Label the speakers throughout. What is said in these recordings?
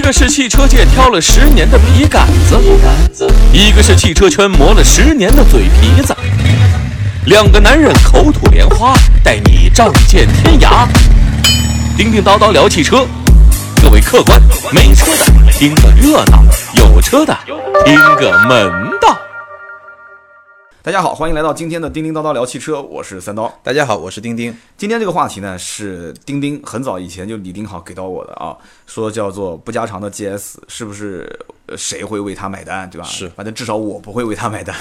Speaker 1: 个是汽车界挑了十年的皮杆子，一个是汽车圈磨了十年的嘴皮子。两个男人口吐莲花，带你仗剑天涯。叮叮叨叨聊汽车，各位客官，没车的听个热闹，有车的听个门道。
Speaker 2: 大家好，欢迎来到今天的叮叮叨叨聊汽车，我是三刀。
Speaker 3: 大家好，我是丁丁。
Speaker 2: 今天这个话题呢是钉钉很早以前就李丁好给到我的啊，说叫做不加长的 GS 是不是呃谁会为他买单，对吧？
Speaker 3: 是
Speaker 2: 反正至少我不会为他买 单。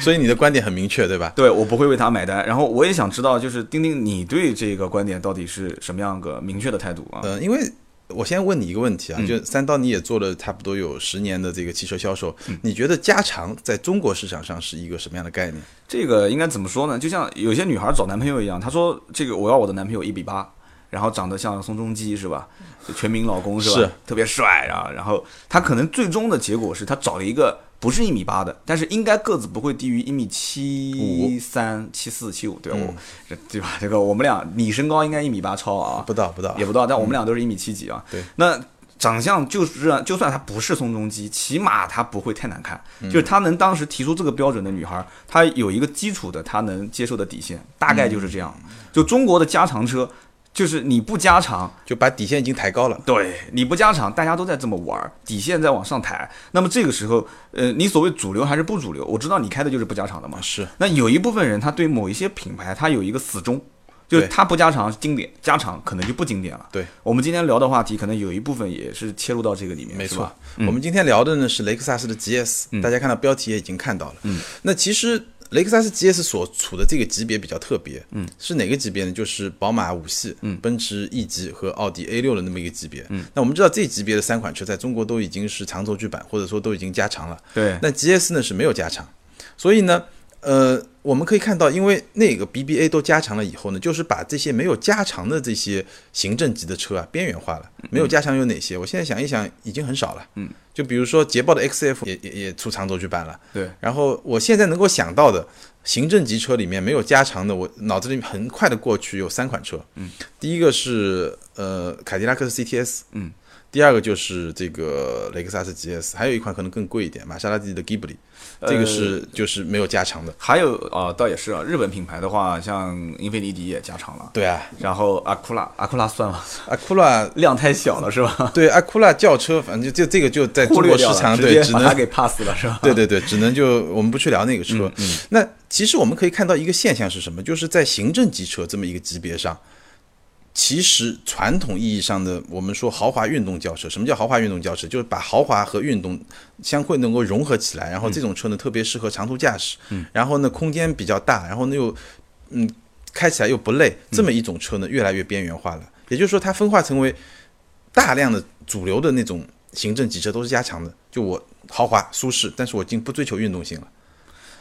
Speaker 3: 所以你的观点很明确，对吧？
Speaker 2: 对，我不会为他买单。然后我也想知道，就是钉钉，你对这个观点到底是什么样个明确的态度啊？嗯
Speaker 3: 呃，因为我先问你一个问题啊，就三刀你也做了差不多有十年的这个汽车销售，
Speaker 2: 嗯
Speaker 3: 你觉得加长在中国市场上是一个什么样的概念？
Speaker 2: 这个应该怎么说呢？就像有些女孩找男朋友一样，她说这个我要我的男朋友一比八，然后长得像宋仲基是吧？就全民老公是吧？
Speaker 3: 是
Speaker 2: 特别帅啊。然后她可能最终的结果是她找了一个不是一米八的，但是应该个子不会低于一米七三、七四、七五，对吧？我这对吧？这个我们俩你身高应该一米八超啊，
Speaker 3: 不到，不到
Speaker 2: 也，不到，但我们俩都是一米七几啊。
Speaker 3: 嗯对，
Speaker 2: 那长相就是就算她不是宋仲基，起码她不会太难看，
Speaker 3: 嗯
Speaker 2: 就是她能当时提出这个标准的女孩，她有一个基础的她能接受的底线，大概就是这样。
Speaker 3: 嗯
Speaker 2: 就中国的加长车，就是你不加长，
Speaker 3: 就把底线已经抬高了。
Speaker 2: 对，你不加长，大家都在这么玩儿，底线在往上抬。那么这个时候，呃，你所谓主流还是不主流？我知道你开的就是不加长的嘛。
Speaker 3: 是，
Speaker 2: 那有一部分人，他对某一些品牌，他有一个死忠，就是
Speaker 3: 对
Speaker 2: 他不加长经典，加长可能就不经典了。
Speaker 3: 对，
Speaker 2: 我们今天聊的话题，可能有一部分也是切入到这个里面，
Speaker 3: 没
Speaker 2: 是
Speaker 3: 错
Speaker 2: 吧。
Speaker 3: 嗯我们今天聊的呢是雷克萨斯的 GS，、大家看到标题也已经看到了。嗯，那其实雷克萨斯 GS 所处的这个级别比较特别，嗯，是哪个级别呢？就是宝马五系、嗯，奔驰 E 级和奥迪 A 六的那么一个级别。嗯，那我们知道这级别的三款车在中国都已经是长轴距版，或者说都已经加长了。
Speaker 2: 对
Speaker 3: 那 GS 呢是没有加长，所以呢，呃，我们可以看到，因为那个 BBA 都加长了以后呢，就是把这些没有加长的这些行政级的车啊边缘化了。没有加长有哪些？我现在想一想，已经很少了。嗯，就比如说捷豹的 XF 也也也出长轴距版了。
Speaker 2: 对，
Speaker 3: 然后我现在能够想到的行政级车里面没有加长的，我脑子里很快的过去有三款车。嗯，第一个是呃凯迪拉克的 CTS。嗯。第二个就是这个雷克萨斯 GS，还有一款可能更贵一点，玛莎拉蒂的 Ghibli，这
Speaker 2: 呃
Speaker 3: 个是就是没有加长的。
Speaker 2: 还有啊、倒也是啊，日本品牌的话，像英菲尼迪也加长了，
Speaker 3: 对啊，
Speaker 2: 然后阿库拉，阿库拉算吗？
Speaker 3: 阿库拉
Speaker 2: 量太小了是 吧？
Speaker 3: 对阿库拉轿车，反正就这这个就在中
Speaker 2: 忽
Speaker 3: 国
Speaker 2: 略
Speaker 3: 市
Speaker 2: 掉了
Speaker 3: 场
Speaker 2: 直
Speaker 3: 对，只
Speaker 2: 接把它
Speaker 3: 能
Speaker 2: 给 pass 了是吧？
Speaker 3: 对对对，只能就我们不去聊那个车。那其实我们可以看到一个现象是什么，就是在行政级车这么一个级别上，其实传统意义上的我们说豪华运动轿车，什么叫豪华运动轿车？就是把豪华和运动相会能够融合起来，然后这种车呢特别适合长途驾驶，然后呢空间比较大，然后呢又嗯开起来又不累，这么一种车呢越来越边缘化了。也就是说，它分化成为大量的主流的那种行政级车都是加长的，就我豪华舒适，但是我已经不追求运动性了。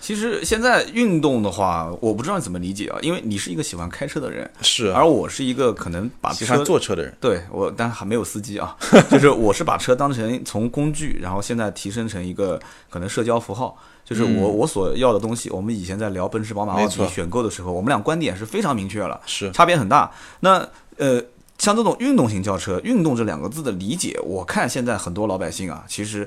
Speaker 2: 其实现在运动的话，我不知道怎么理解啊，因为你是一个喜欢开车的人，
Speaker 3: 是啊
Speaker 2: 而我是一个可能把
Speaker 3: 喜
Speaker 2: 车
Speaker 3: 欢坐车的人，
Speaker 2: 对我，但还没有司机啊， 就是我是把车当成从工具，然后现在提升成一个可能社交符号，就是我、我所要的东西。我们以前在聊奔驰、宝马、
Speaker 3: 嗯没
Speaker 2: 奥迪
Speaker 3: 错
Speaker 2: 选购的时候，我们俩观点是非常明确了，
Speaker 3: 是
Speaker 2: 差别很大。那呃，像这种运动型轿车，运动这两个字的理解，我看现在很多老百姓啊，其实。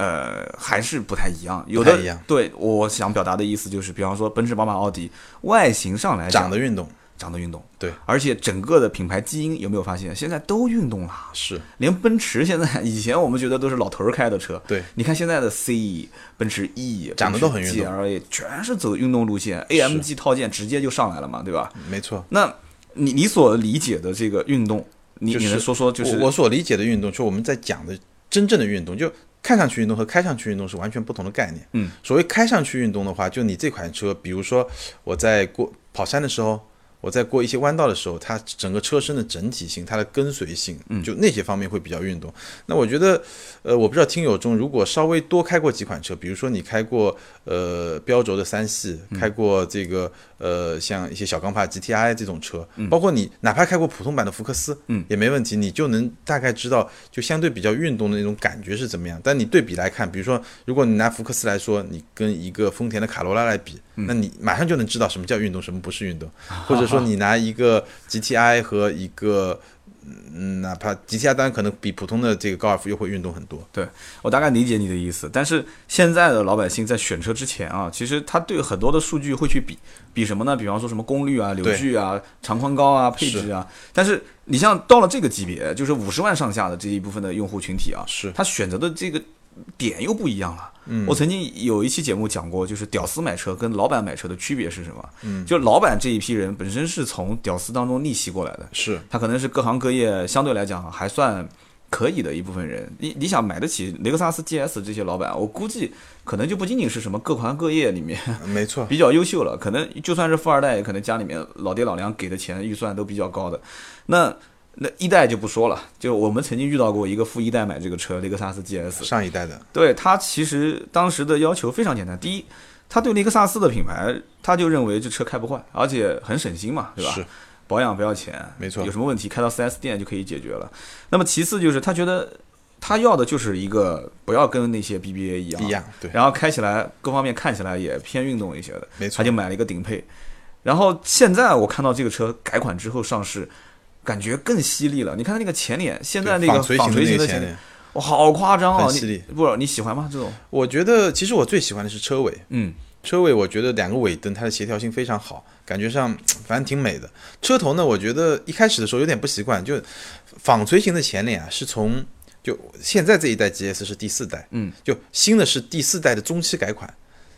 Speaker 2: 呃，还是不太一样。有
Speaker 3: 不
Speaker 2: 的
Speaker 3: 太一样
Speaker 2: 对我想表达的意思就是，比方说奔驰、宝马、奥迪，外形上来讲
Speaker 3: 长得运动
Speaker 2: 长得运动，
Speaker 3: 对，
Speaker 2: 而且整个的品牌基因有没有发现，现在都运动啦，
Speaker 3: 是
Speaker 2: 连奔驰现在以前我们觉得都是老头儿开的车，
Speaker 3: 对
Speaker 2: 你看现在的 C、奔驰 E
Speaker 3: 长得都很运动
Speaker 2: ，GLA 全是走运动路线，AMG 套件直接就上来了嘛，对吧？
Speaker 3: 没错。
Speaker 2: 那你你所理解的这个运动，你、
Speaker 3: 就是
Speaker 2: 你能说说就是
Speaker 3: 我我所理解的运动，就我们在讲的真正的运动，就看上去运动和开上去运动是完全不同的概念。
Speaker 2: 嗯，
Speaker 3: 所谓开上去运动的话，就你这款车，比如说我在过跑山的时候，我在过一些弯道的时候，它整个车身的整体性、它的跟随性，就那些方面会比较运动。那我觉得，呃，我不知道听友中如果稍微多开过几款车，比如说你开过呃标轴的三系，开过这个呃像一些小钢炮 GTI 这种车，包括你哪怕开过普通版的福克斯，嗯，也没问题，你就能大概知道就相对比较运动的那种感觉是怎么样。但你对比来看，比如说如果你拿福克斯来说，你跟一个丰田的卡罗拉来比，那你马上就能啊 知道什么叫运动，什么不是运动，或者说你拿一个 GTI 和一个嗯，哪怕极限当然可能比普通的这个高尔夫又会运动很多。
Speaker 2: 对我大概理解你的意思，但是现在的老百姓在选车之前啊，其实他对很多的数据会去比，比什么呢？比方说什么功率啊、扭矩啊、长宽高啊、配置啊。但是你像到了这个级别，就是五十万上下的这一部分的用户群体啊，
Speaker 3: 是
Speaker 2: 他选择的这个点又不一样了。嗯，我曾经有一期节目讲过，就是屌丝买车跟老板买车的区别是什么？嗯，就老板这一批人本身是从屌丝当中逆袭过来的，
Speaker 3: 是
Speaker 2: 他可能是各行各业相对来讲还算可以的一部分人。你你想买得起雷克萨斯 GS 这些老板，我估计可能就不仅仅是什么各行各业里面
Speaker 3: 没错，
Speaker 2: 比较优秀了，可能就算是富二代，也可能家里面老爹老娘给的钱预算都比较高的。那那一代就不说了，就我们曾经遇到过一个富一代买这个车，雷克萨斯 GS，
Speaker 3: 上一代的
Speaker 2: 对他其实当时的要求非常简单，第一，他对雷克萨斯的品牌，他就认为这车开不坏，而且很省心嘛，对吧？
Speaker 3: 是
Speaker 2: 保养不要钱，
Speaker 3: 没错
Speaker 2: 有什么问题开到 4S 店就可以解决了。那么其次就是他觉得他要的就是一个不要跟那些 BBA 一样，
Speaker 3: 一样，对，
Speaker 2: 然后开起来各方面看起来也偏运动一些的，
Speaker 3: 没错
Speaker 2: 他就买了一个顶配。然后现在我看到这个车改款之后上市，感觉更犀利了。你看它那个前脸，现在那
Speaker 3: 对
Speaker 2: 个
Speaker 3: 纺锤
Speaker 2: 纺
Speaker 3: 形
Speaker 2: 锤
Speaker 3: 的那
Speaker 2: 形
Speaker 3: 个
Speaker 2: 的
Speaker 3: 前
Speaker 2: 前
Speaker 3: 脸
Speaker 2: 脸，哇，好夸张哦！
Speaker 3: 很犀利
Speaker 2: 你不，你喜欢吗？这种，
Speaker 3: 我觉得其实我最喜欢的是车尾，
Speaker 2: 嗯，
Speaker 3: 车尾我觉得两个尾灯它的协调性非常好，感觉上反正挺美的。车头呢，我觉得一开始的时候有点不习惯，就纺锤形的前脸啊，是从就现在这一代 GS 是第四代，
Speaker 2: 嗯，
Speaker 3: 就新的是第四代的中期改款，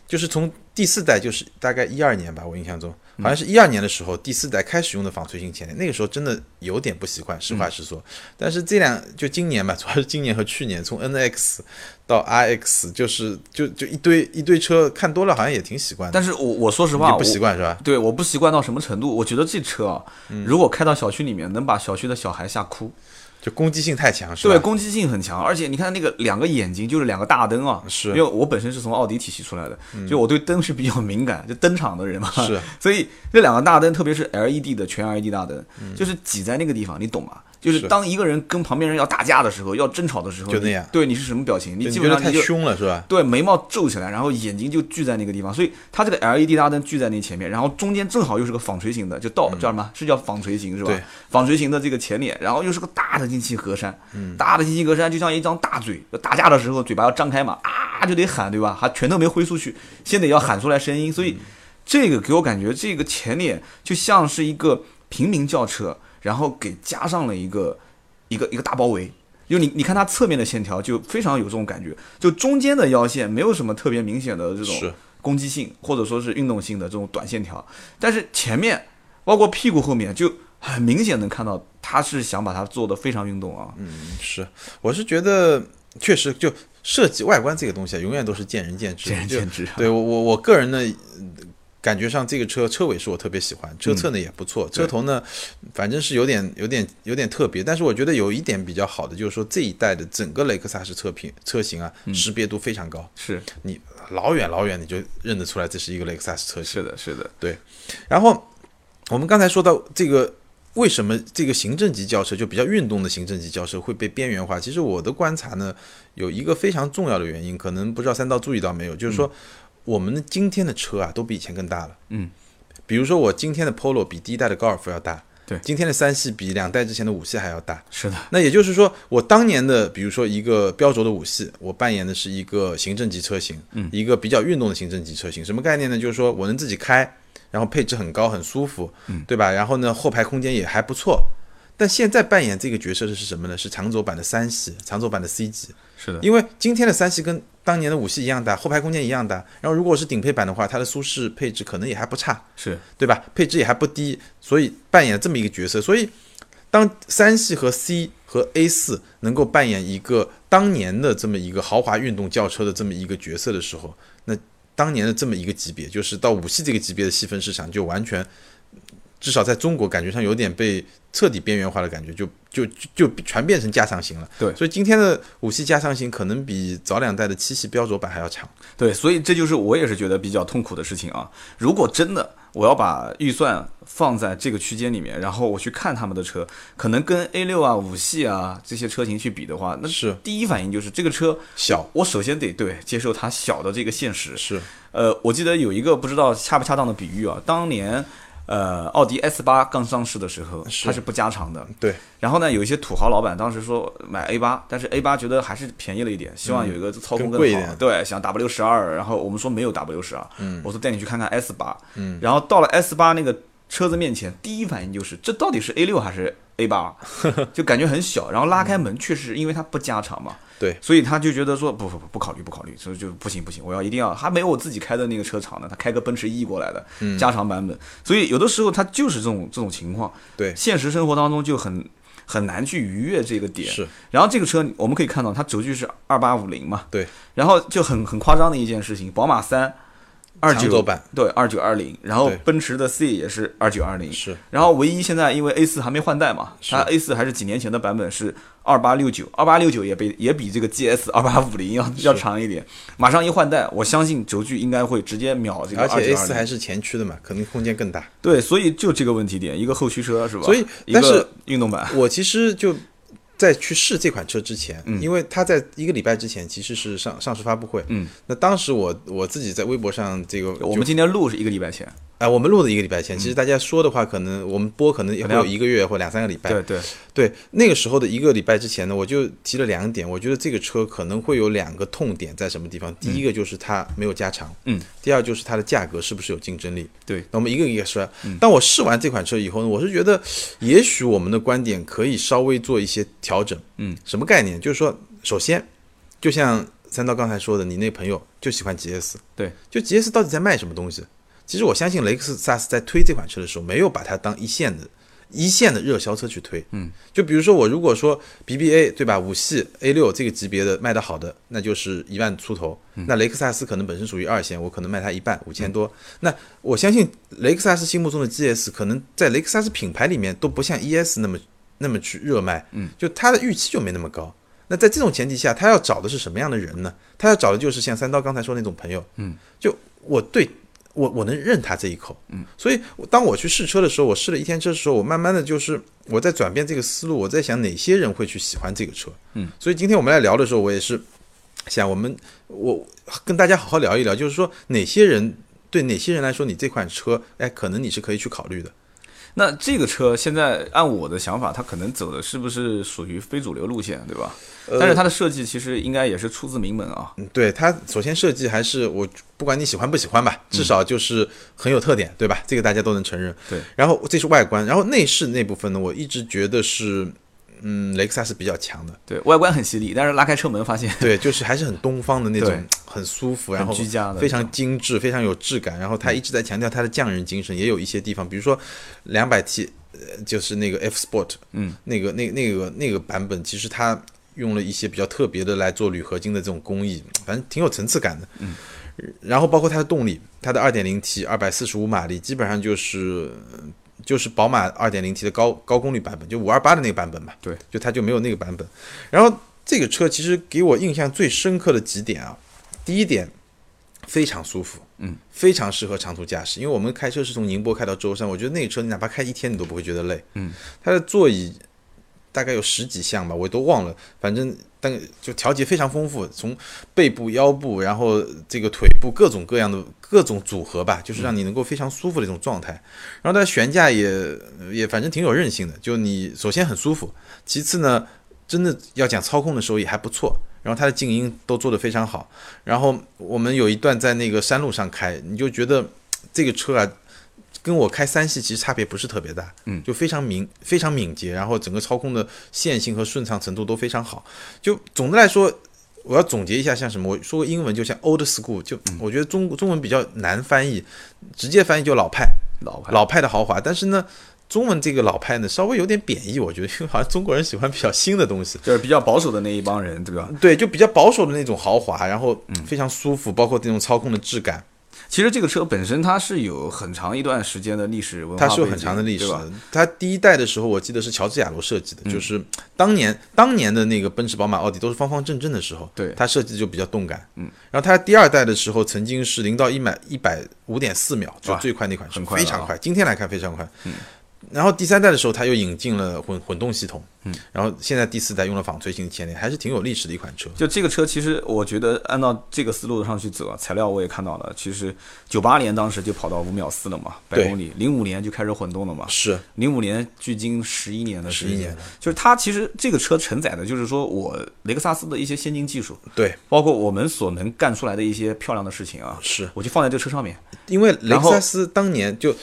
Speaker 3: 就是从第四代就是大概一二年吧，我印象中好像是一二年的时候，第四代开始用的纺锤形前脸，那个时候真的有点不习惯，实
Speaker 2: 嗯
Speaker 3: 话实说。但是这两就今年吧，主要是今年和去年，从 NX 到 RX，就是就就一堆一堆车看多了，好像也挺习惯的。
Speaker 2: 但是我我说实
Speaker 3: 你
Speaker 2: 话，
Speaker 3: 就不习
Speaker 2: 我。
Speaker 3: 惯是吧？
Speaker 2: 对，我不习惯到什么程度？我觉得这车啊，
Speaker 3: 嗯
Speaker 2: 如果开到小区里面，能把小区的小孩吓哭。
Speaker 3: 就攻击性太强是吧？啊
Speaker 2: 对，攻击性很强，而且你看那个两个眼睛就是两个大灯啊，
Speaker 3: 是
Speaker 2: 因
Speaker 3: 嗯
Speaker 2: 为我本身是从奥迪体系出来的，就我对灯是比较敏感， 就灯厂的人嘛，
Speaker 3: 是，
Speaker 2: 所以那两个大灯，特别是 LED 的全 LED 大灯，就是挤在那个地方，你懂吗？就是
Speaker 3: 嗯是
Speaker 2: 当一个人跟旁边人要打架的时候，要争吵的时候，
Speaker 3: 就那
Speaker 2: 你
Speaker 3: 样
Speaker 2: 对，你是什么表情？你
Speaker 3: 你
Speaker 2: 基
Speaker 3: 觉
Speaker 2: 本
Speaker 3: 得
Speaker 2: 上
Speaker 3: 太
Speaker 2: 你就
Speaker 3: 凶了是吧？
Speaker 2: 对，眉毛皱起来，然后眼睛就聚在那个地方，所以它这个 LED 大灯聚在那前面，然后中间正好又是个纺锤形的，就倒叫什么？是叫纺锤形是吧
Speaker 3: 对？
Speaker 2: 纺锤形的这个前脸，然后又是个大的进气格栅，大的进气格栅就像一张大嘴，就打架的时候嘴巴要张开嘛，啊就得喊对吧？还拳头没挥出去，先得要喊出来声音，所以这个给我感觉这个前脸就像是一个平民轿车，然后给加上了一个一个一个大包围。就你你看它侧面的线条就非常有这种感觉，就中间的腰线没有什么特别明显的这
Speaker 3: 是
Speaker 2: 种攻击性或者说是运动性的这种短线条，但是前面包括屁股后面就很明显能看到他是想把它做的非常运动啊，
Speaker 3: 嗯是，我是觉得确实就设计外观这个东西啊，永远都是见仁见智，
Speaker 2: 见仁
Speaker 3: 就
Speaker 2: 见智啊
Speaker 3: 对我我我个人呢。呃感觉上这个车车尾是我特别喜欢，
Speaker 2: 嗯
Speaker 3: 车侧呢也不错，车头呢，反正是有点有点有点特别，但是我觉得有一点比较好的就是说这一代的整个雷克萨斯车品车型啊，
Speaker 2: 嗯
Speaker 3: 识别度非常高，
Speaker 2: 是
Speaker 3: 你老远老远你就认得出来这是一个雷克萨斯车
Speaker 2: 是
Speaker 3: 型。
Speaker 2: 的是的，
Speaker 3: 然后我们刚才说到这个，为什么这个行政级轿车就比较运动的行政级轿车会被边缘化？其实我的观察呢，有一个非常重要的原因，可能不知道三刀注意到没有，就是说我们今天的车啊，都比以前更大了。
Speaker 2: 嗯，
Speaker 3: 比如说我今天的 Polo 比第一代的高尔夫要大，
Speaker 2: 对
Speaker 3: 今天的三系比两代之前的五系还要大。
Speaker 2: 是的，
Speaker 3: 那也就是说，我当年的，比如说一个标轴的五系，我扮演的是一个行政级车型，
Speaker 2: 嗯
Speaker 3: 一个比较运动的行政级车型。什么概念呢？就是说我能自己开，然后配置很高，很舒服，
Speaker 2: 嗯
Speaker 3: 对吧？然后呢，后排空间也还不错。但现在扮演这个角色的是什么呢？是长轴版的三系，长轴版的 C 级。
Speaker 2: 是的
Speaker 3: 因为今天的三系跟当年的五系一样大，后排空间一样大。然后如果是顶配版的话，它的舒适配置可能也还不差。
Speaker 2: 是
Speaker 3: 对吧？配置也还不低，所以扮演这么一个角色。所以，当三系和 C 和 A 四能够扮演一个当年的这么一个豪华运动轿车的这么一个角色的时候，那当年的这么一个级别，就是到五系这个级别的细分市场，就完全至少在中国感觉上有点被彻底边缘化的感觉，就就就就全变成加长型了。
Speaker 2: 对
Speaker 3: 所以今天的五系加长型可能比早两代的七系标轴版还要长。
Speaker 2: 对，所以这就是我也是觉得比较痛苦的事情啊。如果真的我要把预算放在这个区间里面，然后我去看他们的车，可能跟 A 六啊、五系啊这些车型去比的话，那
Speaker 3: 是
Speaker 2: 第一反应就是这个车
Speaker 3: 小
Speaker 2: 我首先得对接受它小的这个现实。
Speaker 3: 是
Speaker 2: 呃，我记得有一个不知道恰不恰当的比喻啊，当年。呃，奥迪 S 八刚上市的时候，它是不加长的。
Speaker 3: 对，
Speaker 2: 然后呢，有一些土豪老板当时说买 A 八，但是 A 八觉得还是便宜了一点，希望有一个操控
Speaker 3: 嗯更贵一
Speaker 2: 好。
Speaker 3: 点
Speaker 2: 对，想 W 十二，然后我们说没有 W 十二，我说带你去看看 S 八，
Speaker 3: 嗯
Speaker 2: 然后到了 S 八那个车子面前，第一反应就是这到底是 A 六还是 A 八？就感觉很小。然后拉开门，确实因为它不加长嘛，
Speaker 3: 对，
Speaker 2: 所以他就觉得说不不不不考虑不考虑，所以就不行不行，我要一定要还没有我自己开的那个车长呢，他开个奔驰 E 过来的
Speaker 3: 嗯
Speaker 2: 加长版本，所以有的时候他就是这种这种情况，
Speaker 3: 对
Speaker 2: 现实生活当中就很很难去逾越这个点。
Speaker 3: 是，
Speaker 2: 然后这个车我们可以看到它轴距是二八五零嘛，
Speaker 3: 对，
Speaker 2: 然后就很很夸张的一件事情，宝马三二
Speaker 3: 长
Speaker 2: 九
Speaker 3: 轴版
Speaker 2: 对二九二零，然后
Speaker 3: 对
Speaker 2: 奔驰的 C 也是二九二零，
Speaker 3: 是
Speaker 2: 然后唯一现在因为 A 四还没换代嘛，它 A 四还是几年前的版本是二八六九，二八六九也被也比这个 GS 二八五零要要长一点。马上一换代，我相信轴距应该会直接秒这个
Speaker 3: 而且 A
Speaker 2: 2920
Speaker 3: 四还是前驱的嘛，可能空间更大。
Speaker 2: 对，所以就这个问题点，一个后驱车是吧？
Speaker 3: 所以
Speaker 2: 一
Speaker 3: 但是
Speaker 2: 个运动版
Speaker 3: 我其实就在去试这款车之前，因为它在一个礼拜之前其实是上上市发布会，
Speaker 2: 嗯，
Speaker 3: 那当时我我自己在微博上这个
Speaker 2: 我们嗯今天录是一个礼拜前，
Speaker 3: 哎，我们录的一个礼拜前，其实大家说的话，可能我们播可能也会有一个月或两三个礼拜。
Speaker 2: 对对，
Speaker 3: 对，那个时候的一个礼拜之前呢，我就提了两点，我觉得这个车可能会有两个痛点在什么地方。第一个就是它没有加长，
Speaker 2: 嗯，
Speaker 3: 第二就是它的价格是不是有竞争力。
Speaker 2: 对，嗯
Speaker 3: 那我们一个一个说。当我试完这款车以后呢，我是觉得，也许我们的观点可以稍微做一些调整。
Speaker 2: 嗯，
Speaker 3: 什么概念？就是说，首先，就像三刀刚才说的，你那朋友就喜欢 GS，
Speaker 2: 对，
Speaker 3: 就 GS 到底在卖什么东西？其实我相信雷克萨斯在推这款车的时候，没有把它当一线的一线的热销车去推。嗯，就比如说我如果说 BBA 对吧，五系 A 六这个级别的卖得好的，那就是一万出头。那雷克萨斯可能本身属于二线，我可能卖它一半，五千多。那我相信雷克萨斯心目中的 GS 可能在雷克萨斯品牌里面都不像 ES 那么那么去热卖，嗯，就它的预期就没那么高。那在这种前提下，他要找的是什么样的人呢？他要找的就是像三刀刚才说的那种朋友，嗯，就我对我我能认他这一口，嗯，所以我当我去试车的时候，我试了一天车的时候，我慢慢的就是我在转变这个思路，我在想哪些人会去喜欢这个车，嗯，所以今天我们来聊的时候，我也是想我们我跟大家好好聊一聊，就是说哪些人对哪些人来说，你这款车，哎，可能你是可以去考虑的，
Speaker 2: 那这个车现在按我的想法，它可能走的是不是属于非主流路线，对吧？
Speaker 3: 呃
Speaker 2: 但是它的设计其实应该也是出自名门啊。
Speaker 3: 嗯，对它首先设计还是我不管你喜欢不喜欢吧，至少就是很有特点，对吧？这个大家都能承认。
Speaker 2: 对，
Speaker 3: 然后这是外观，然后内饰那部分呢，我一直觉得是，嗯，雷克萨斯比较强的，
Speaker 2: 对外观很犀利，但是拉开车门发现，
Speaker 3: 对，就是还是很东方的那种
Speaker 2: 对，
Speaker 3: 很舒服，然后
Speaker 2: 居家的嗯
Speaker 3: 非常精致，非常有质感。然后他一直在强调他的匠人精神，也有一些地方，比如说两百 T，呃就是那个 F Sport，
Speaker 2: 嗯，
Speaker 3: 那个那那个那个版本，其实它用了一些比较特别的来做铝合金的这种工艺，反正挺有层次感的。嗯，然后包括它的动力，它的二点零 T，二百四十五马力，基本上就是就是宝马二点零 T 的高高功率版本，就五二八的那个版本嘛。
Speaker 2: 对，
Speaker 3: 就它就没有那个版本。然后这个车其实给我印象最深刻的几点啊，第一点非常舒服，嗯，非常适合长途驾驶，因为我们开车是从宁波开到舟山，我觉得那个车你哪怕开一天你都不会觉得累，嗯，它的座椅大概有十几项吧，我都忘了，反正但就调节非常丰富，从背部、腰部，然后这个腿部各种各样的各种组合吧，就是让你能够非常舒服的一种状态。然后它的悬架也也反正挺有韧性的，就你首先很舒服，其次呢，真的要讲操控的时候也还不错。然后它的静音都做得非常好。然后我们有一段在那个山路上开，你就觉得这个车啊，跟我开三系其实差别不是特别大，嗯，就非常敏非常敏捷，然后整个操控的线性和顺畅程度都非常好。就总的来说，我要总结一下，像什么，我说过英文就像 old school，就我觉得中中文比较难翻译，直接翻译就老派，
Speaker 2: 老牌
Speaker 3: 老派的豪华，但是呢。中文这个老派呢，稍微有点贬义，我觉得， 因为好像中国人喜欢比较新的东西。
Speaker 2: 就是比较保守的那一帮人，对吧？
Speaker 3: 对，就比较保守的那种豪华，然后
Speaker 2: 嗯
Speaker 3: 非常舒服，包括这种操控的质感，
Speaker 2: 其实这个车本身它是有很长一段时间的历史文化背
Speaker 3: 它
Speaker 2: 景，
Speaker 3: 是有很长的历史
Speaker 2: 对吧？嗯
Speaker 3: 的。它第一代的时候，我记得是乔治亚罗设计的，就是当年当年的那个奔驰、宝马、奥迪都是方方正正的时候，
Speaker 2: 对
Speaker 3: 它设计就比较动感。嗯，然后它第二代的时候，曾经是零到一百一百五点四秒，就
Speaker 2: 哇
Speaker 3: 最快那款车，
Speaker 2: 很快
Speaker 3: 非
Speaker 2: 了
Speaker 3: 常
Speaker 2: 啊
Speaker 3: 快。今天来看非常快。然后第三代的时候，它又引进了混混动系统，嗯，然后现在第四代用了纺锤型前脸，还是挺有历史的一款车。
Speaker 2: 就这个车，其实我觉得按照这个思路上去走，啊，材料我也看到了，其实九八年当时就跑到五秒四了嘛，百
Speaker 3: 对
Speaker 2: 公里，零五年就开始混动了嘛，
Speaker 3: 是，
Speaker 2: 零五年距今十一年的时
Speaker 3: 11
Speaker 2: 间，
Speaker 3: 年了
Speaker 2: 就是它其实这个车承载的就是说我雷克萨斯的一些先进技术，
Speaker 3: 对，
Speaker 2: 包括我们所能干出来的一些漂亮的事情啊，
Speaker 3: 是
Speaker 2: 我就放在这个车上面。
Speaker 3: 因为雷
Speaker 2: 然
Speaker 3: 克
Speaker 2: 后
Speaker 3: 萨斯当年就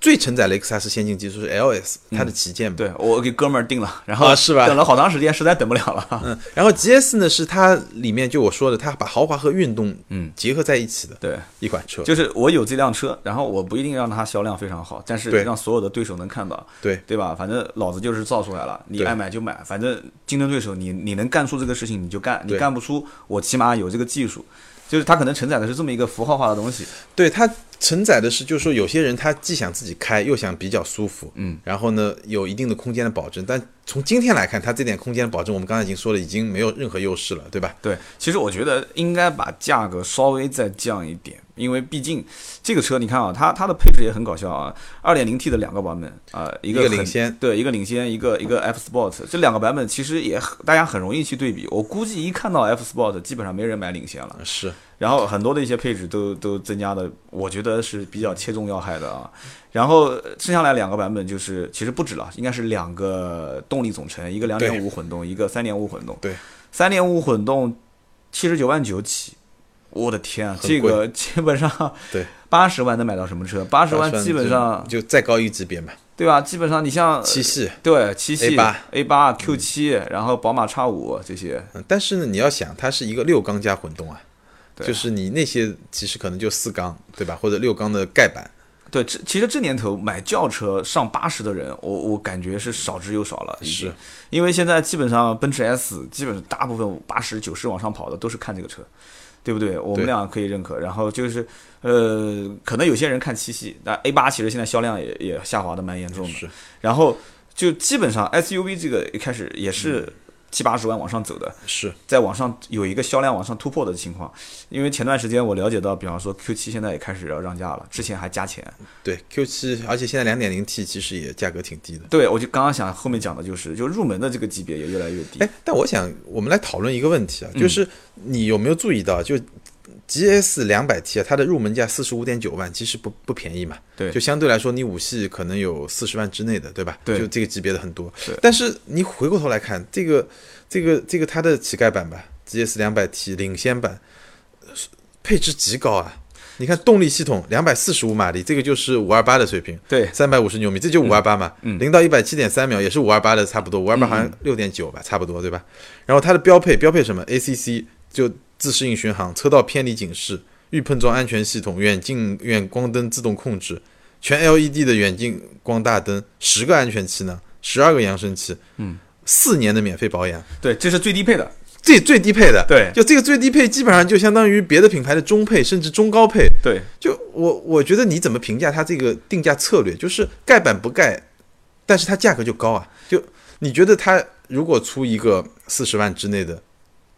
Speaker 3: 最承载雷克萨斯先进技术是 LS，它的旗舰
Speaker 2: 嗯
Speaker 3: 嘛。
Speaker 2: 对我给哥们儿定了，然后
Speaker 3: 啊是吧
Speaker 2: 等了好长时间，实在等不了了。
Speaker 3: 嗯，然后 GS 呢是它里面就我说的，它把豪华和运动嗯结合在一起的
Speaker 2: 对，
Speaker 3: 一款车。
Speaker 2: 就是我有这辆车，然后我不一定让它销量非常好，但是
Speaker 3: 对
Speaker 2: 让所有的对手能看到，
Speaker 3: 对
Speaker 2: 对吧？反正老子就是造出来了，你
Speaker 3: 对
Speaker 2: 爱买就买，反正竞争对手你你能干出这个事情你就干，你
Speaker 3: 对
Speaker 2: 干不出我起码有这个技术。就是它可能承载的是这么一个符号化的东西，
Speaker 3: 对，它承载的是，就是说有些人他既想自己开，又想比较舒服，嗯，然后呢有一定的空间的保证，但从今天来看，它这点空间的保证，我们刚才已经说了，已经没有任何优势了，对吧？
Speaker 2: 对，其实我觉得应该把价格稍微再降一点，因为毕竟这个车你看啊，它它的配置也很搞笑啊，2 0 T 的两个版本啊、呃一个
Speaker 3: 一个
Speaker 2: 很
Speaker 3: 领先
Speaker 2: 对，一个领先，一个一个 F Sport，这两个版本其实也很大家很容易去对比。我估计一看到 F Sport，基本上没人买领先了，
Speaker 3: 啊是，
Speaker 2: 然后很多的一些配置都都增加的，我觉得是比较切中要害的啊。然后剩下来两个版本就是，其实不止了，应该是两个动力总成，一个2.5
Speaker 3: 对
Speaker 2: 混动，一个3.5混动。
Speaker 3: 对，
Speaker 2: 三点五混动七十九万九起，我的天啊，
Speaker 3: 很
Speaker 2: 这
Speaker 3: 贵
Speaker 2: 个基本上
Speaker 3: 对
Speaker 2: 八十万能买到什么车？八十万基本上
Speaker 3: 就再高一级别嘛，
Speaker 2: 对吧？基本上你像
Speaker 3: 七系。嗯
Speaker 2: 对七系
Speaker 3: A8
Speaker 2: A 八 Q 七，然后宝马叉五这些，
Speaker 3: 嗯，但是呢，你要想，它是一个六缸加混动啊，
Speaker 2: 对
Speaker 3: 就是你那些其实可能就四缸，对吧？或者六缸的盖板，
Speaker 2: 对，这其实这年头买轿车上八十的人，我我感觉是少之又少了，已经
Speaker 3: 是
Speaker 2: 因为现在基本上奔驰 S 基本大部分八十九十往上跑的都是看这个车，对不对？我们
Speaker 3: 对
Speaker 2: 俩可以认可。然后就是呃，可能有些人看七系，但 A 八其实现在销量也也下滑的蛮严重的。
Speaker 3: 是
Speaker 2: 然后就基本上 SUV 这个一开始也
Speaker 3: 嗯
Speaker 2: 是七八十万往上走的，
Speaker 3: 是
Speaker 2: 在往上有一个销量往上突破的情况。因为前段时间我了解到，比方说 Q 7现在也开始要让价了，之前还加钱。
Speaker 3: 对 Q 7而且现在两点零 T 其实也价格挺低的。
Speaker 2: 对，我就刚刚想后面讲的就是，就入门的这个级别也越来越低嗯
Speaker 3: 哎。，但我想我们来讨论一个问题啊，就是你有没有注意到，就 GS 两百 T 啊，它的入门价四十五点九万，其实不不便宜嘛。
Speaker 2: 对
Speaker 3: 就相对来说，你五系可能有四十万之内的，对吧？
Speaker 2: 对
Speaker 3: 就这个级别的很多
Speaker 2: 对。
Speaker 3: 但是你回过头来看，这个这个这个它的乞丐版吧，GS 两百 T 领先版，配置极高啊。你看动力系统两百四十五马力，这个就是五二八的水平，
Speaker 2: 对
Speaker 3: 三百五十牛米，这就五二八嘛，零到一百七点三秒也是五二八的差不多，五二八好像六点九吧，差不多对吧？然后它的标配标配什么？ACC 就自适应巡航、车道偏离警示、预碰撞安全系统、远近远光灯自动控制、全 LED 的远近光大灯、十个安全气囊、十二个扬声器，嗯，四年的免费保养，
Speaker 2: 对，这是最低配的。
Speaker 3: 这最低配的，
Speaker 2: 对
Speaker 3: 就这个最低配基本上就相当于别的品牌的中配甚至中高配，
Speaker 2: 对，
Speaker 3: 就我我觉得你怎么评价它这个定价策略？就是盖板不盖，但是它价格就高啊。就你觉得它如果出一个四十万之内的，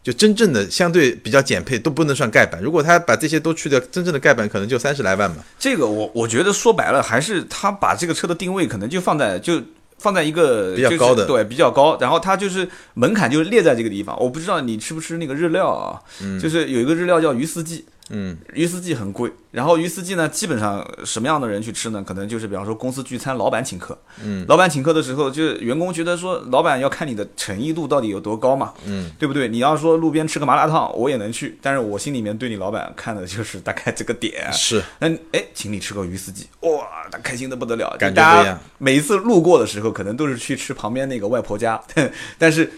Speaker 3: 就真正的相对比较减配都不能算盖板。如果它把这些都去掉，真正的盖板可能就三十来万嘛。
Speaker 2: 这个我我觉得说白了，还是他把这个车的定位可能就放在就。放在一个
Speaker 3: 比较
Speaker 2: 就是
Speaker 3: 高的
Speaker 2: 对比较高，然后它就是门槛就是列在这个地方。我不知道你吃不吃那个日料啊，就是有一个日料叫鱼丝鸡，
Speaker 3: 嗯，
Speaker 2: 鱼丝鸡很贵，然后鱼丝鸡呢，基本上什么样的人去吃呢？可能就是比方说公司聚餐，老板请客，嗯，老板请客的时候，就是员工觉得说，老板要看你的诚意度到底有多高嘛，嗯，对不对？你要说路边吃个麻辣烫，我也能去，但是我心里面对你老板看的就是大概这个点，
Speaker 3: 是
Speaker 2: 那你哎，请你吃个鱼丝鸡，哇，他开心的不得了，
Speaker 3: 感觉
Speaker 2: 大
Speaker 3: 不一
Speaker 2: 家
Speaker 3: 样
Speaker 2: 每一次路过的时候，可能都是去吃旁边那个外婆家， 但是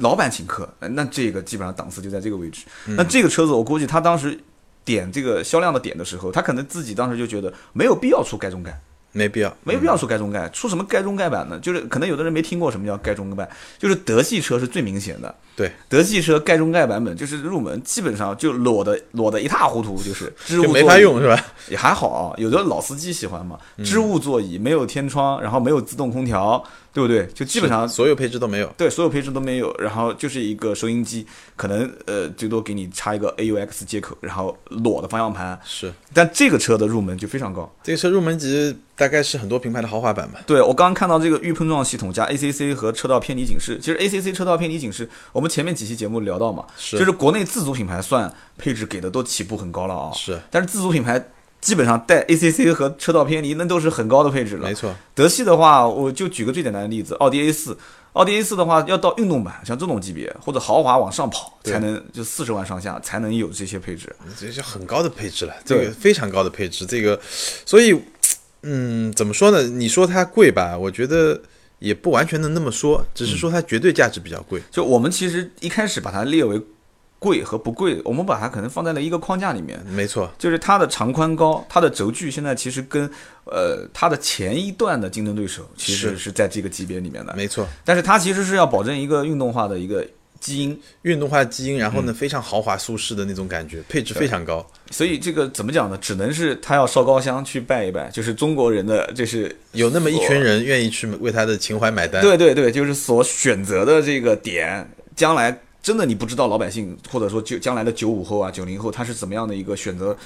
Speaker 2: 老板请客，呃那这个基本上档次就在这个位置。
Speaker 3: 嗯
Speaker 2: 那这个车子，我估计他当时点这个销量的点的时候，他可能自己当时就觉得没有必要出盖中盖。
Speaker 3: 没必要。
Speaker 2: 没必要出盖中盖，出什么盖中盖版呢？就是可能有的人没听过什么叫盖中盖版，就是德系车是最明显的，
Speaker 3: 对，
Speaker 2: 德系车盖中盖版本就是入门，基本上就裸的裸的一塌糊涂，就是支
Speaker 3: 就
Speaker 2: 吾
Speaker 3: 没
Speaker 2: 作
Speaker 3: 法
Speaker 2: 语
Speaker 3: 用是吧？
Speaker 2: 也还好啊，有的老司机喜欢嘛，
Speaker 3: 嗯
Speaker 2: 织物座椅，没有天窗，然后没有自动空调，对不对？就基本上
Speaker 3: 所有配置都没有。
Speaker 2: 对所有配置都没有，然后就是一个收音机，可能呃最多给你插一个 AUX 接口，然后裸的方向盘。
Speaker 3: 是
Speaker 2: 但这个车的入门就非常高，
Speaker 3: 这个车入门级，大大概是很多品牌的豪华版吧。
Speaker 2: 对我刚刚看到这个预碰撞系统加 ACC 和车道偏离警示，其实 ACC 车道偏离警示，我们前面几期节目聊到嘛，
Speaker 3: 是
Speaker 2: 就是国内自主品牌算配置给的都起步很高了啊、
Speaker 3: 是，
Speaker 2: 但是自主品牌基本上带 ACC 和车道偏离那都是很高的配置了，
Speaker 3: 没错，
Speaker 2: 德系的话，我就举个最简单的例子，奥迪 A 四，奥迪 A 四的话要到运动版，像这种级别或者豪华往上跑，
Speaker 3: 对
Speaker 2: 才能就四十万上下才能有这些配置。
Speaker 3: 这是很高的配置了，这
Speaker 2: 对
Speaker 3: 个非常高的配置，这个，所以，嗯，怎么说呢？你说它贵吧，我觉得也不完全能那么说，
Speaker 2: 嗯
Speaker 3: 只是说它绝对价值比较贵。
Speaker 2: 就我们其实一开始把它列为贵和不贵，我们把它可能放在了一个框架里面，
Speaker 3: 没错，
Speaker 2: 就是它的长宽高，它的轴距现在其实跟呃它的前一段的竞争对手其实
Speaker 3: 是
Speaker 2: 是在这个级别里面的，
Speaker 3: 没错，
Speaker 2: 但是它其实是要保证一个运动化的一个基因，
Speaker 3: 运动化基因，然后
Speaker 2: 嗯
Speaker 3: 呢，非常豪华舒适的那种感觉，配置非常高，
Speaker 2: 所以这个怎么讲呢？只能是他要烧高香去拜一拜，就是中国人的，就是
Speaker 3: 有那么一
Speaker 2: 所
Speaker 3: 群人愿意去为他的情怀买单。
Speaker 2: 对对对，就是所选择的这个点，将来真的你不知道老百姓或者说就将来的九五后啊、九零后他是怎么样的一个选择，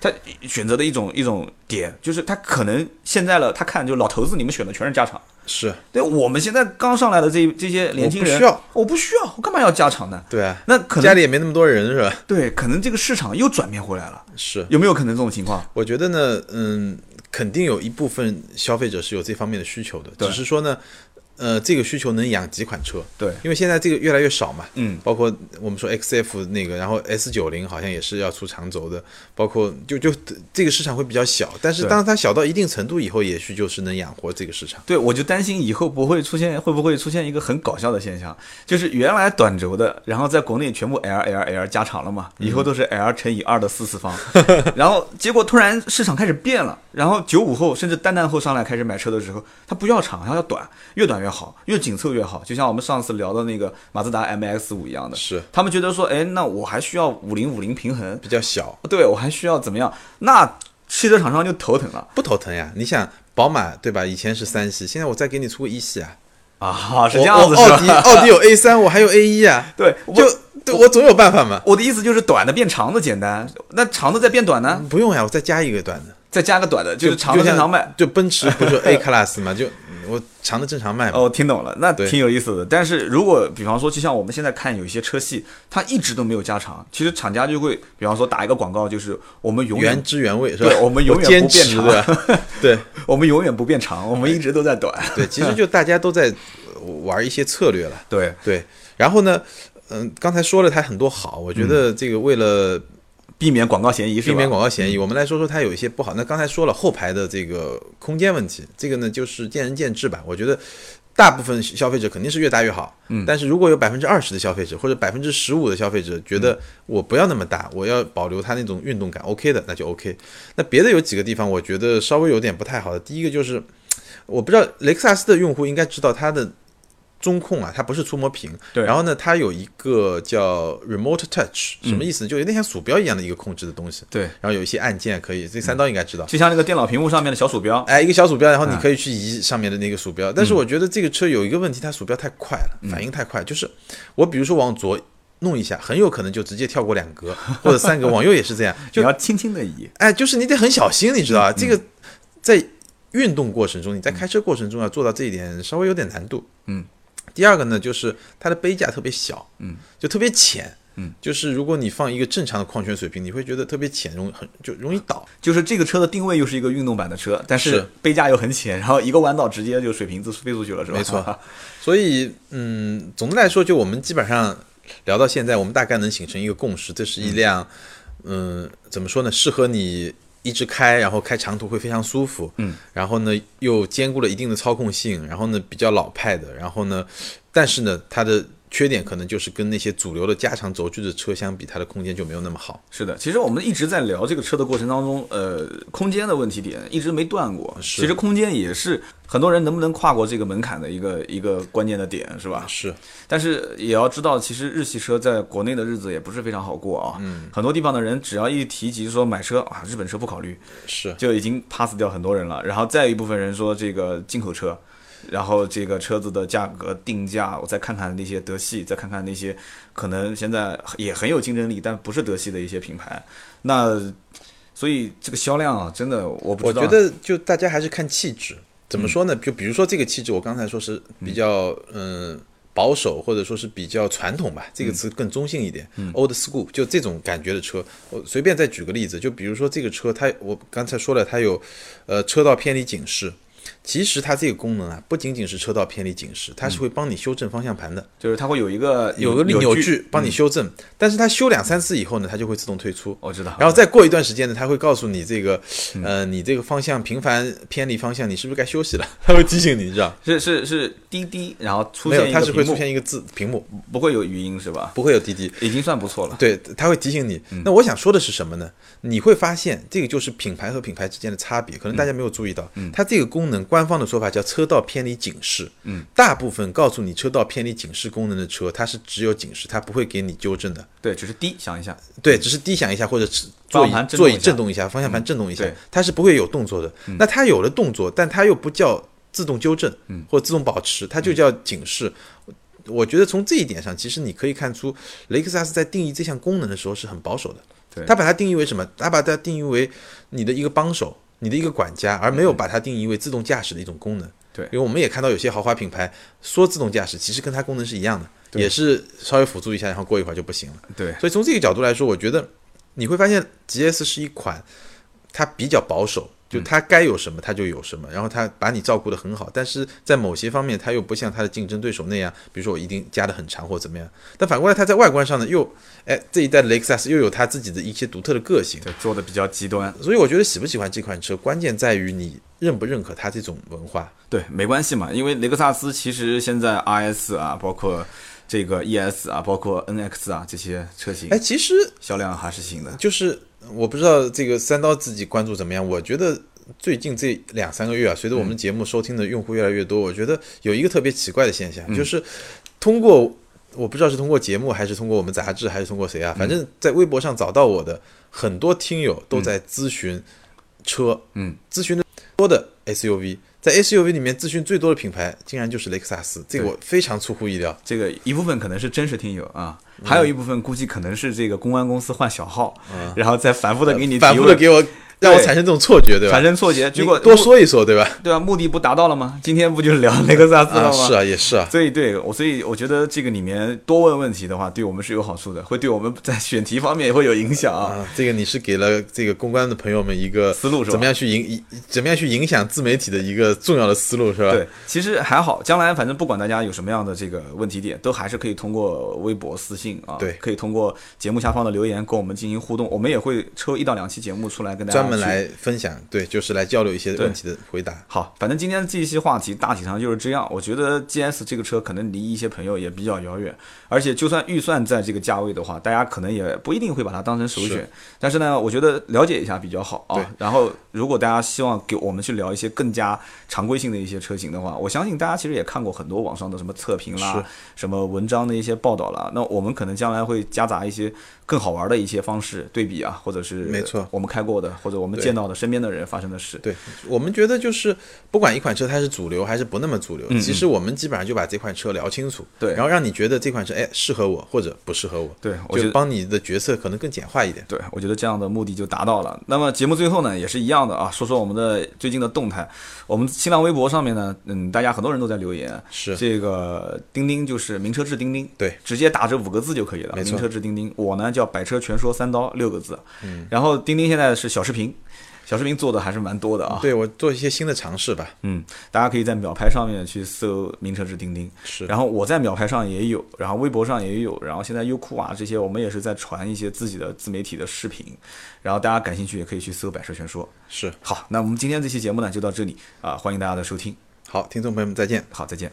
Speaker 2: 他选择的一种一种点，就是他可能现在了，他看就老头子你们选的全是家常，
Speaker 3: 是，
Speaker 2: 对我们现在刚上来的这这些年轻人，
Speaker 3: 我不需要，
Speaker 2: 我不需要，我干嘛要家常呢？
Speaker 3: 对啊，
Speaker 2: 那可
Speaker 3: 家
Speaker 2: 能
Speaker 3: 里也没那么多人，是吧？
Speaker 2: 对，可能这个市场又转变回来了，
Speaker 3: 是，
Speaker 2: 有没有可能这种情况？
Speaker 3: 我觉得呢，嗯，肯定有一部分消费者是有这方面的需求的，
Speaker 2: 对
Speaker 3: 只是说呢，呃，这个需求能养几款车？
Speaker 2: 对
Speaker 3: 因为现在这个越来越少嘛，
Speaker 2: 嗯，
Speaker 3: 包括我们说 XF 那个，然后 S 九零好像也是要出长轴的，包括就就这个市场会比较小，但是
Speaker 2: 对
Speaker 3: 当它小到一定程度以后，也许就是能养活这个市场。
Speaker 2: 对，我就担心以后不会出现，会不会出现一个很搞笑的现象，就是原来短轴的，然后在国内全部 L L L 加长了嘛，以后都是 L 乘以二的四次方， 然后结果突然市场开始变了，然后九五后甚至蛋蛋后上来开始买车的时候，他不要长，他要短，越短越好，越紧凑越好，就像我们上次聊的那个马自达 M X 五一样的，
Speaker 3: 是
Speaker 2: 他们觉得说，哎，那我还需要五零五零平衡，
Speaker 3: 比较小，
Speaker 2: 对我还需要怎么样？那汽车厂商就头疼了
Speaker 3: 不头疼呀。你想，宝马对吧？以前是三系，现在我再给你出个一系啊，
Speaker 2: 啊，是
Speaker 3: 我
Speaker 2: 这样
Speaker 3: 我
Speaker 2: 子是
Speaker 3: 奥
Speaker 2: 吧？
Speaker 3: 迪奥迪有 A 三，我还有 A 一啊，
Speaker 2: 对，我
Speaker 3: 就对我总有办法嘛。
Speaker 2: 我的意思就是短的变长的简单，那长的再变短呢？
Speaker 3: 不用呀，我再加一个短的。
Speaker 2: 再加个短的，就是长的
Speaker 3: 嗯就像
Speaker 2: 正常卖。
Speaker 3: 就奔驰不是 A class 嘛，就嗯我长的正常卖嘛。
Speaker 2: 哦，我听懂了，那
Speaker 3: 对
Speaker 2: 挺有意思的。但是如果比方说，就像我们现在看有一些车系，它一直都没有加长，其实厂家就会比方说打一个广告，就是我们永
Speaker 3: 原
Speaker 2: 远
Speaker 3: 汁原味是吧？
Speaker 2: 对我们永远
Speaker 3: 坚
Speaker 2: 不变
Speaker 3: 持
Speaker 2: 长，
Speaker 3: 对吧？ 对
Speaker 2: 我们永远不变长，我们一直都在短。
Speaker 3: 对，其实就大家都在呃玩一些策略了。
Speaker 2: 对，
Speaker 3: 对，然后呢，嗯，刚才说了它很多好，我觉
Speaker 2: 嗯
Speaker 3: 得这个为了
Speaker 2: 避免广告嫌疑是
Speaker 3: 避
Speaker 2: 吧？嗯
Speaker 3: 免广告嫌疑，我们来说说它有一些不好。那刚才说了后排的这个空间问题，这个呢就是见仁见智吧。我觉得大部分消费者肯定是越大越好，嗯，但是如果有百分之二十的消费者或者百分之十五的消费者觉
Speaker 2: 嗯
Speaker 3: 得我不要那么大，我要保留它那种运动感，OK 的，那就 OK。那别的有几个地方我觉得稍微有点不太好的，第一个就是我不知道雷克萨斯的用户应该知道它的。中控啊，它不是触摸屏，
Speaker 2: 对
Speaker 3: 然后呢，它有一个叫 remote touch，什
Speaker 2: 嗯
Speaker 3: 么意思呢？就有点像鼠标一样的一个控制的东西，
Speaker 2: 对，
Speaker 3: 然后有一些按键可以，
Speaker 2: 嗯
Speaker 3: 这三刀应该知道。
Speaker 2: 就像那个电脑屏幕上面的小鼠标，
Speaker 3: 哎，一个小鼠标，然后
Speaker 2: 嗯
Speaker 3: 你可以去移上面的那个鼠标。但是我觉得这个车有一个问题，它鼠标太快了，
Speaker 2: 嗯
Speaker 3: 反应太快。就是我比如说往左弄一下，很有可能就直接跳过两 格或者三格，往右也是这样。
Speaker 2: 你
Speaker 3: 就
Speaker 2: 要轻轻的移。
Speaker 3: 哎，就是你得很小心，你知
Speaker 2: 嗯
Speaker 3: 道吧？这个在运动过程中，你在开车过程中要做到这一点，稍微有点难度。
Speaker 2: 嗯。
Speaker 3: 第二个呢，就是它的杯架特别小，
Speaker 2: 嗯，
Speaker 3: 就特别浅，
Speaker 2: 嗯，
Speaker 3: 就是如果你放一个正常的矿泉水瓶，你会觉得特别浅，容易很就容易倒。
Speaker 2: 就是这个车的定位又是一个运动版的车，但是
Speaker 3: 是
Speaker 2: 杯架又很浅，然后一个弯道直接就水平子飞出去了，是吧？
Speaker 3: 没错所以，嗯，总的来说，就我们基本上聊到现在，我们大概能形成一个共识，这是一辆，嗯、怎么说呢，适合你一直开，然后开长途会非常舒服，
Speaker 2: 嗯，
Speaker 3: 然后呢又兼顾了一定的操控性，然后呢比较老派的，然后呢，但是呢它的缺点可能就是跟那些主流的加长轴距的车相比，它的空间就没有那么好。
Speaker 2: 是的，其实我们一直在聊这个车的过程当中，呃，空间的问题点一直没断过。
Speaker 3: 是
Speaker 2: 其实空间也是很多人能不能跨过这个门槛的一个一个关键的点，是吧？
Speaker 3: 是，
Speaker 2: 但是也要知道，其实日系车在国内的日子也不是非常好过啊。嗯，很多地方的人只要一提及说买车啊，日本车不考虑，
Speaker 3: 是，
Speaker 2: 就已经 pass 掉很多人了。然后再有一部分人说这个进口车，然后这个车子的价格定价，我再看看那些德系，再看看那些可能现在也很有竞争力，但不是德系的一些品牌。那所以这个销量啊，真的我不
Speaker 3: 我
Speaker 2: 知道。嗯
Speaker 3: 觉得就大家还是看气质，怎么说呢？就比如说这个气质，我刚才说是比较嗯、保守，或者说是比较传统吧，这个
Speaker 2: 嗯
Speaker 3: 词更中性一点、o l d school 就这种感觉的车。我随便再举个例子，就比如说这个车，它我刚才说了，它有呃车道偏离警示。其实它这个功能啊，不仅仅是车道偏离警示，它是会帮你修正方向盘的。
Speaker 2: 就是它嗯会有一嗯个
Speaker 3: 有个
Speaker 2: 扭
Speaker 3: 扭矩帮你修正，但是它修两三次以后呢，它就会自动退出。
Speaker 2: 我知道
Speaker 3: 然后再过一段时间呢，它会告诉你这个，呃，你这个方向频繁偏离方向，你是不是该休息了？ 它会提醒你，你知道？
Speaker 2: 是是是滴滴，然后出
Speaker 3: 没
Speaker 2: 现
Speaker 3: 有，
Speaker 2: 一
Speaker 3: 它
Speaker 2: 个
Speaker 3: 是会
Speaker 2: 屏幕
Speaker 3: 出现一个字屏幕，
Speaker 2: 不会有语音是吧？
Speaker 3: 不会有滴滴。
Speaker 2: 已经算不错了。
Speaker 3: 对，它会提醒你。
Speaker 2: 嗯
Speaker 3: 那我想说的是什么呢？你会发现，这个就是品牌和品牌之间的差别，可能大
Speaker 2: 嗯
Speaker 3: 家没有注意到。它这个功能，官方的说法叫车道偏离警示。嗯，大部分告诉你车道偏离警示功能的车，它是只有警示，它不会给你纠正的。
Speaker 2: 对，只是滴，想一下，
Speaker 3: 对，只是低响一下或者是
Speaker 2: 方向
Speaker 3: 座椅
Speaker 2: 盘震动
Speaker 3: 座
Speaker 2: 一
Speaker 3: 椅
Speaker 2: 下嗯
Speaker 3: 震动一下，方向盘震动一下
Speaker 2: 对，嗯
Speaker 3: 它是不会有动作的。那它有了动作，但它又不叫自动纠正，
Speaker 2: 嗯
Speaker 3: 或自动保持，它就叫警示。我觉得从这一点上，其实你可以看出雷克萨斯在定义这项功能的时候是很保守
Speaker 2: 对
Speaker 3: 的。它把它定义为什么？它把它定义为你的一个帮手，你的一个管家，而没有把它定义为自动驾驶的一种功能。
Speaker 2: 嗯对
Speaker 3: 因为我们也看到有些豪华品牌说自动驾驶，其实跟它功能是一样的，也是稍微辅助一下，然后过一会儿就不行了。
Speaker 2: 对，
Speaker 3: 所以从这个角度来说，我觉得你会发现 GS 是一款它比较保守，就它该有什么它就有什么，然后它把你照顾得很好，但是在某些方面它又不像它的竞争对手那样，比如说我一定加得很长或怎么样。但反过来，它在外观上呢，又哎这一代的雷克萨斯又有它自己的一些独特的个性。
Speaker 2: 对，做的比较极端。
Speaker 3: 所以我觉得喜不喜欢这款车，关键在于你认不认可它这种文化。
Speaker 2: 对，没关系嘛，因为雷克萨斯其实现在 RS 啊，包括这个 ES 啊，包括 NX 啊这些车型
Speaker 3: 哎，，其实
Speaker 2: 销量还是行的。
Speaker 3: 就是我不知道这个三刀自己关注怎么样，我觉得最近这两三个月啊，随着我们节目收听的用户越来越多，我觉得有一个特别奇怪的现象，就是通过我不知道是通过节目还是通过我们杂志还是通过谁啊，反正在微博上找到我的很多听友都在咨询车，
Speaker 2: 嗯，
Speaker 3: 咨询的多的 SUV。在 SUV 里面咨询最多的品牌，竟然就是雷克萨斯，这个
Speaker 2: 对
Speaker 3: 我非常出乎意料。
Speaker 2: 这个一部分可能是真实听友啊，还有一部分估计可能是这个公关公司换小号，然后再反复的给你
Speaker 3: 嗯反
Speaker 2: 提
Speaker 3: 复
Speaker 2: 问
Speaker 3: 的给我让我产生这种错觉，对吧？
Speaker 2: 产生错觉，结
Speaker 3: 你
Speaker 2: 果
Speaker 3: 多
Speaker 2: 目
Speaker 3: 说一说，对吧？
Speaker 2: 对吧？目的不达到了吗？今天不就是聊雷克萨斯了
Speaker 3: 啊，
Speaker 2: 吗？
Speaker 3: 是啊，也是啊。
Speaker 2: 所以对我，所以我觉得这个里面多问问题的话，对我们是有好处的，会对我们在选题方面也会有影响啊。
Speaker 3: 啊，这个你是给了这个公关的朋友们一个
Speaker 2: 思路是吧
Speaker 3: 怎么样去影怎么样去影响自媒体的一个重要的思路是吧？
Speaker 2: 对，，其实还好，将来反正不管大家有什么样的这个问题点，都还是可以通过微博私信啊，
Speaker 3: 对
Speaker 2: 可以通过节目下方的留言跟我们进行互动，我们也会抽一到两期节目出来跟大家
Speaker 3: 专门
Speaker 2: 去
Speaker 3: 来分享，对，就是来交流一些
Speaker 2: 对
Speaker 3: 问题的回答。
Speaker 2: 好，反正今天这一期话题大体上就是这样。我觉得 GS 这个车可能离一些朋友也比较遥远，而且就算预算在这个价位的话，大家可能也不一定会把它当成首选。但是呢，我觉得了解一下比较好
Speaker 3: 对
Speaker 2: 啊。然后，如果大家希望给我们去聊一些更加常规性的一些车型的话，我相信大家其实也看过很多网上的什么测评啦
Speaker 3: 是、
Speaker 2: 什么文章的一些报道啦。那我们可能将来会夹杂一些更好玩的一些方式对比啊，或者是
Speaker 3: 没错
Speaker 2: 我们开过的或者我们见到的身边的人发生的事。
Speaker 3: 对我们觉得就是不管一款车它是主流还是不那么主流，其实我们基本上就把这款车聊清楚，
Speaker 2: 嗯对
Speaker 3: 然后让你觉得这款车哎适合我或者不适合我，
Speaker 2: 对我觉
Speaker 3: 就
Speaker 2: 得
Speaker 3: 帮你的决策可能更简化一点。
Speaker 2: 对，我觉得这样的目的就达到了。那么节目最后呢，也是一样的啊，说说我们的最近的动态。我们新浪微博上面呢，嗯，大家很多人都在留言，
Speaker 3: 是
Speaker 2: 这个钉钉就是名车志钉钉，
Speaker 3: 对，
Speaker 2: 直接打这五个字就可以了，
Speaker 3: 没错
Speaker 2: 名车志钉钉。我呢叫百车全说三刀六个字，嗯，然后钉钉现在是小视频，小视频做的还是蛮多的啊，
Speaker 3: 对我做一些新的尝试吧，
Speaker 2: 嗯，大家可以在秒拍上面去搜“名车志钉钉”，
Speaker 3: 是
Speaker 2: 然后我在秒拍上也有，然后微博上也有，然后现在优酷啊这些，我们也是在传一些自己的自媒体的视频，然后大家感兴趣也可以去搜“百车全说
Speaker 3: 是”。
Speaker 2: 好，那我们今天这期节目呢就到这里啊、欢迎大家的收听，
Speaker 3: 好，听众朋友们再见。
Speaker 2: 好，再见。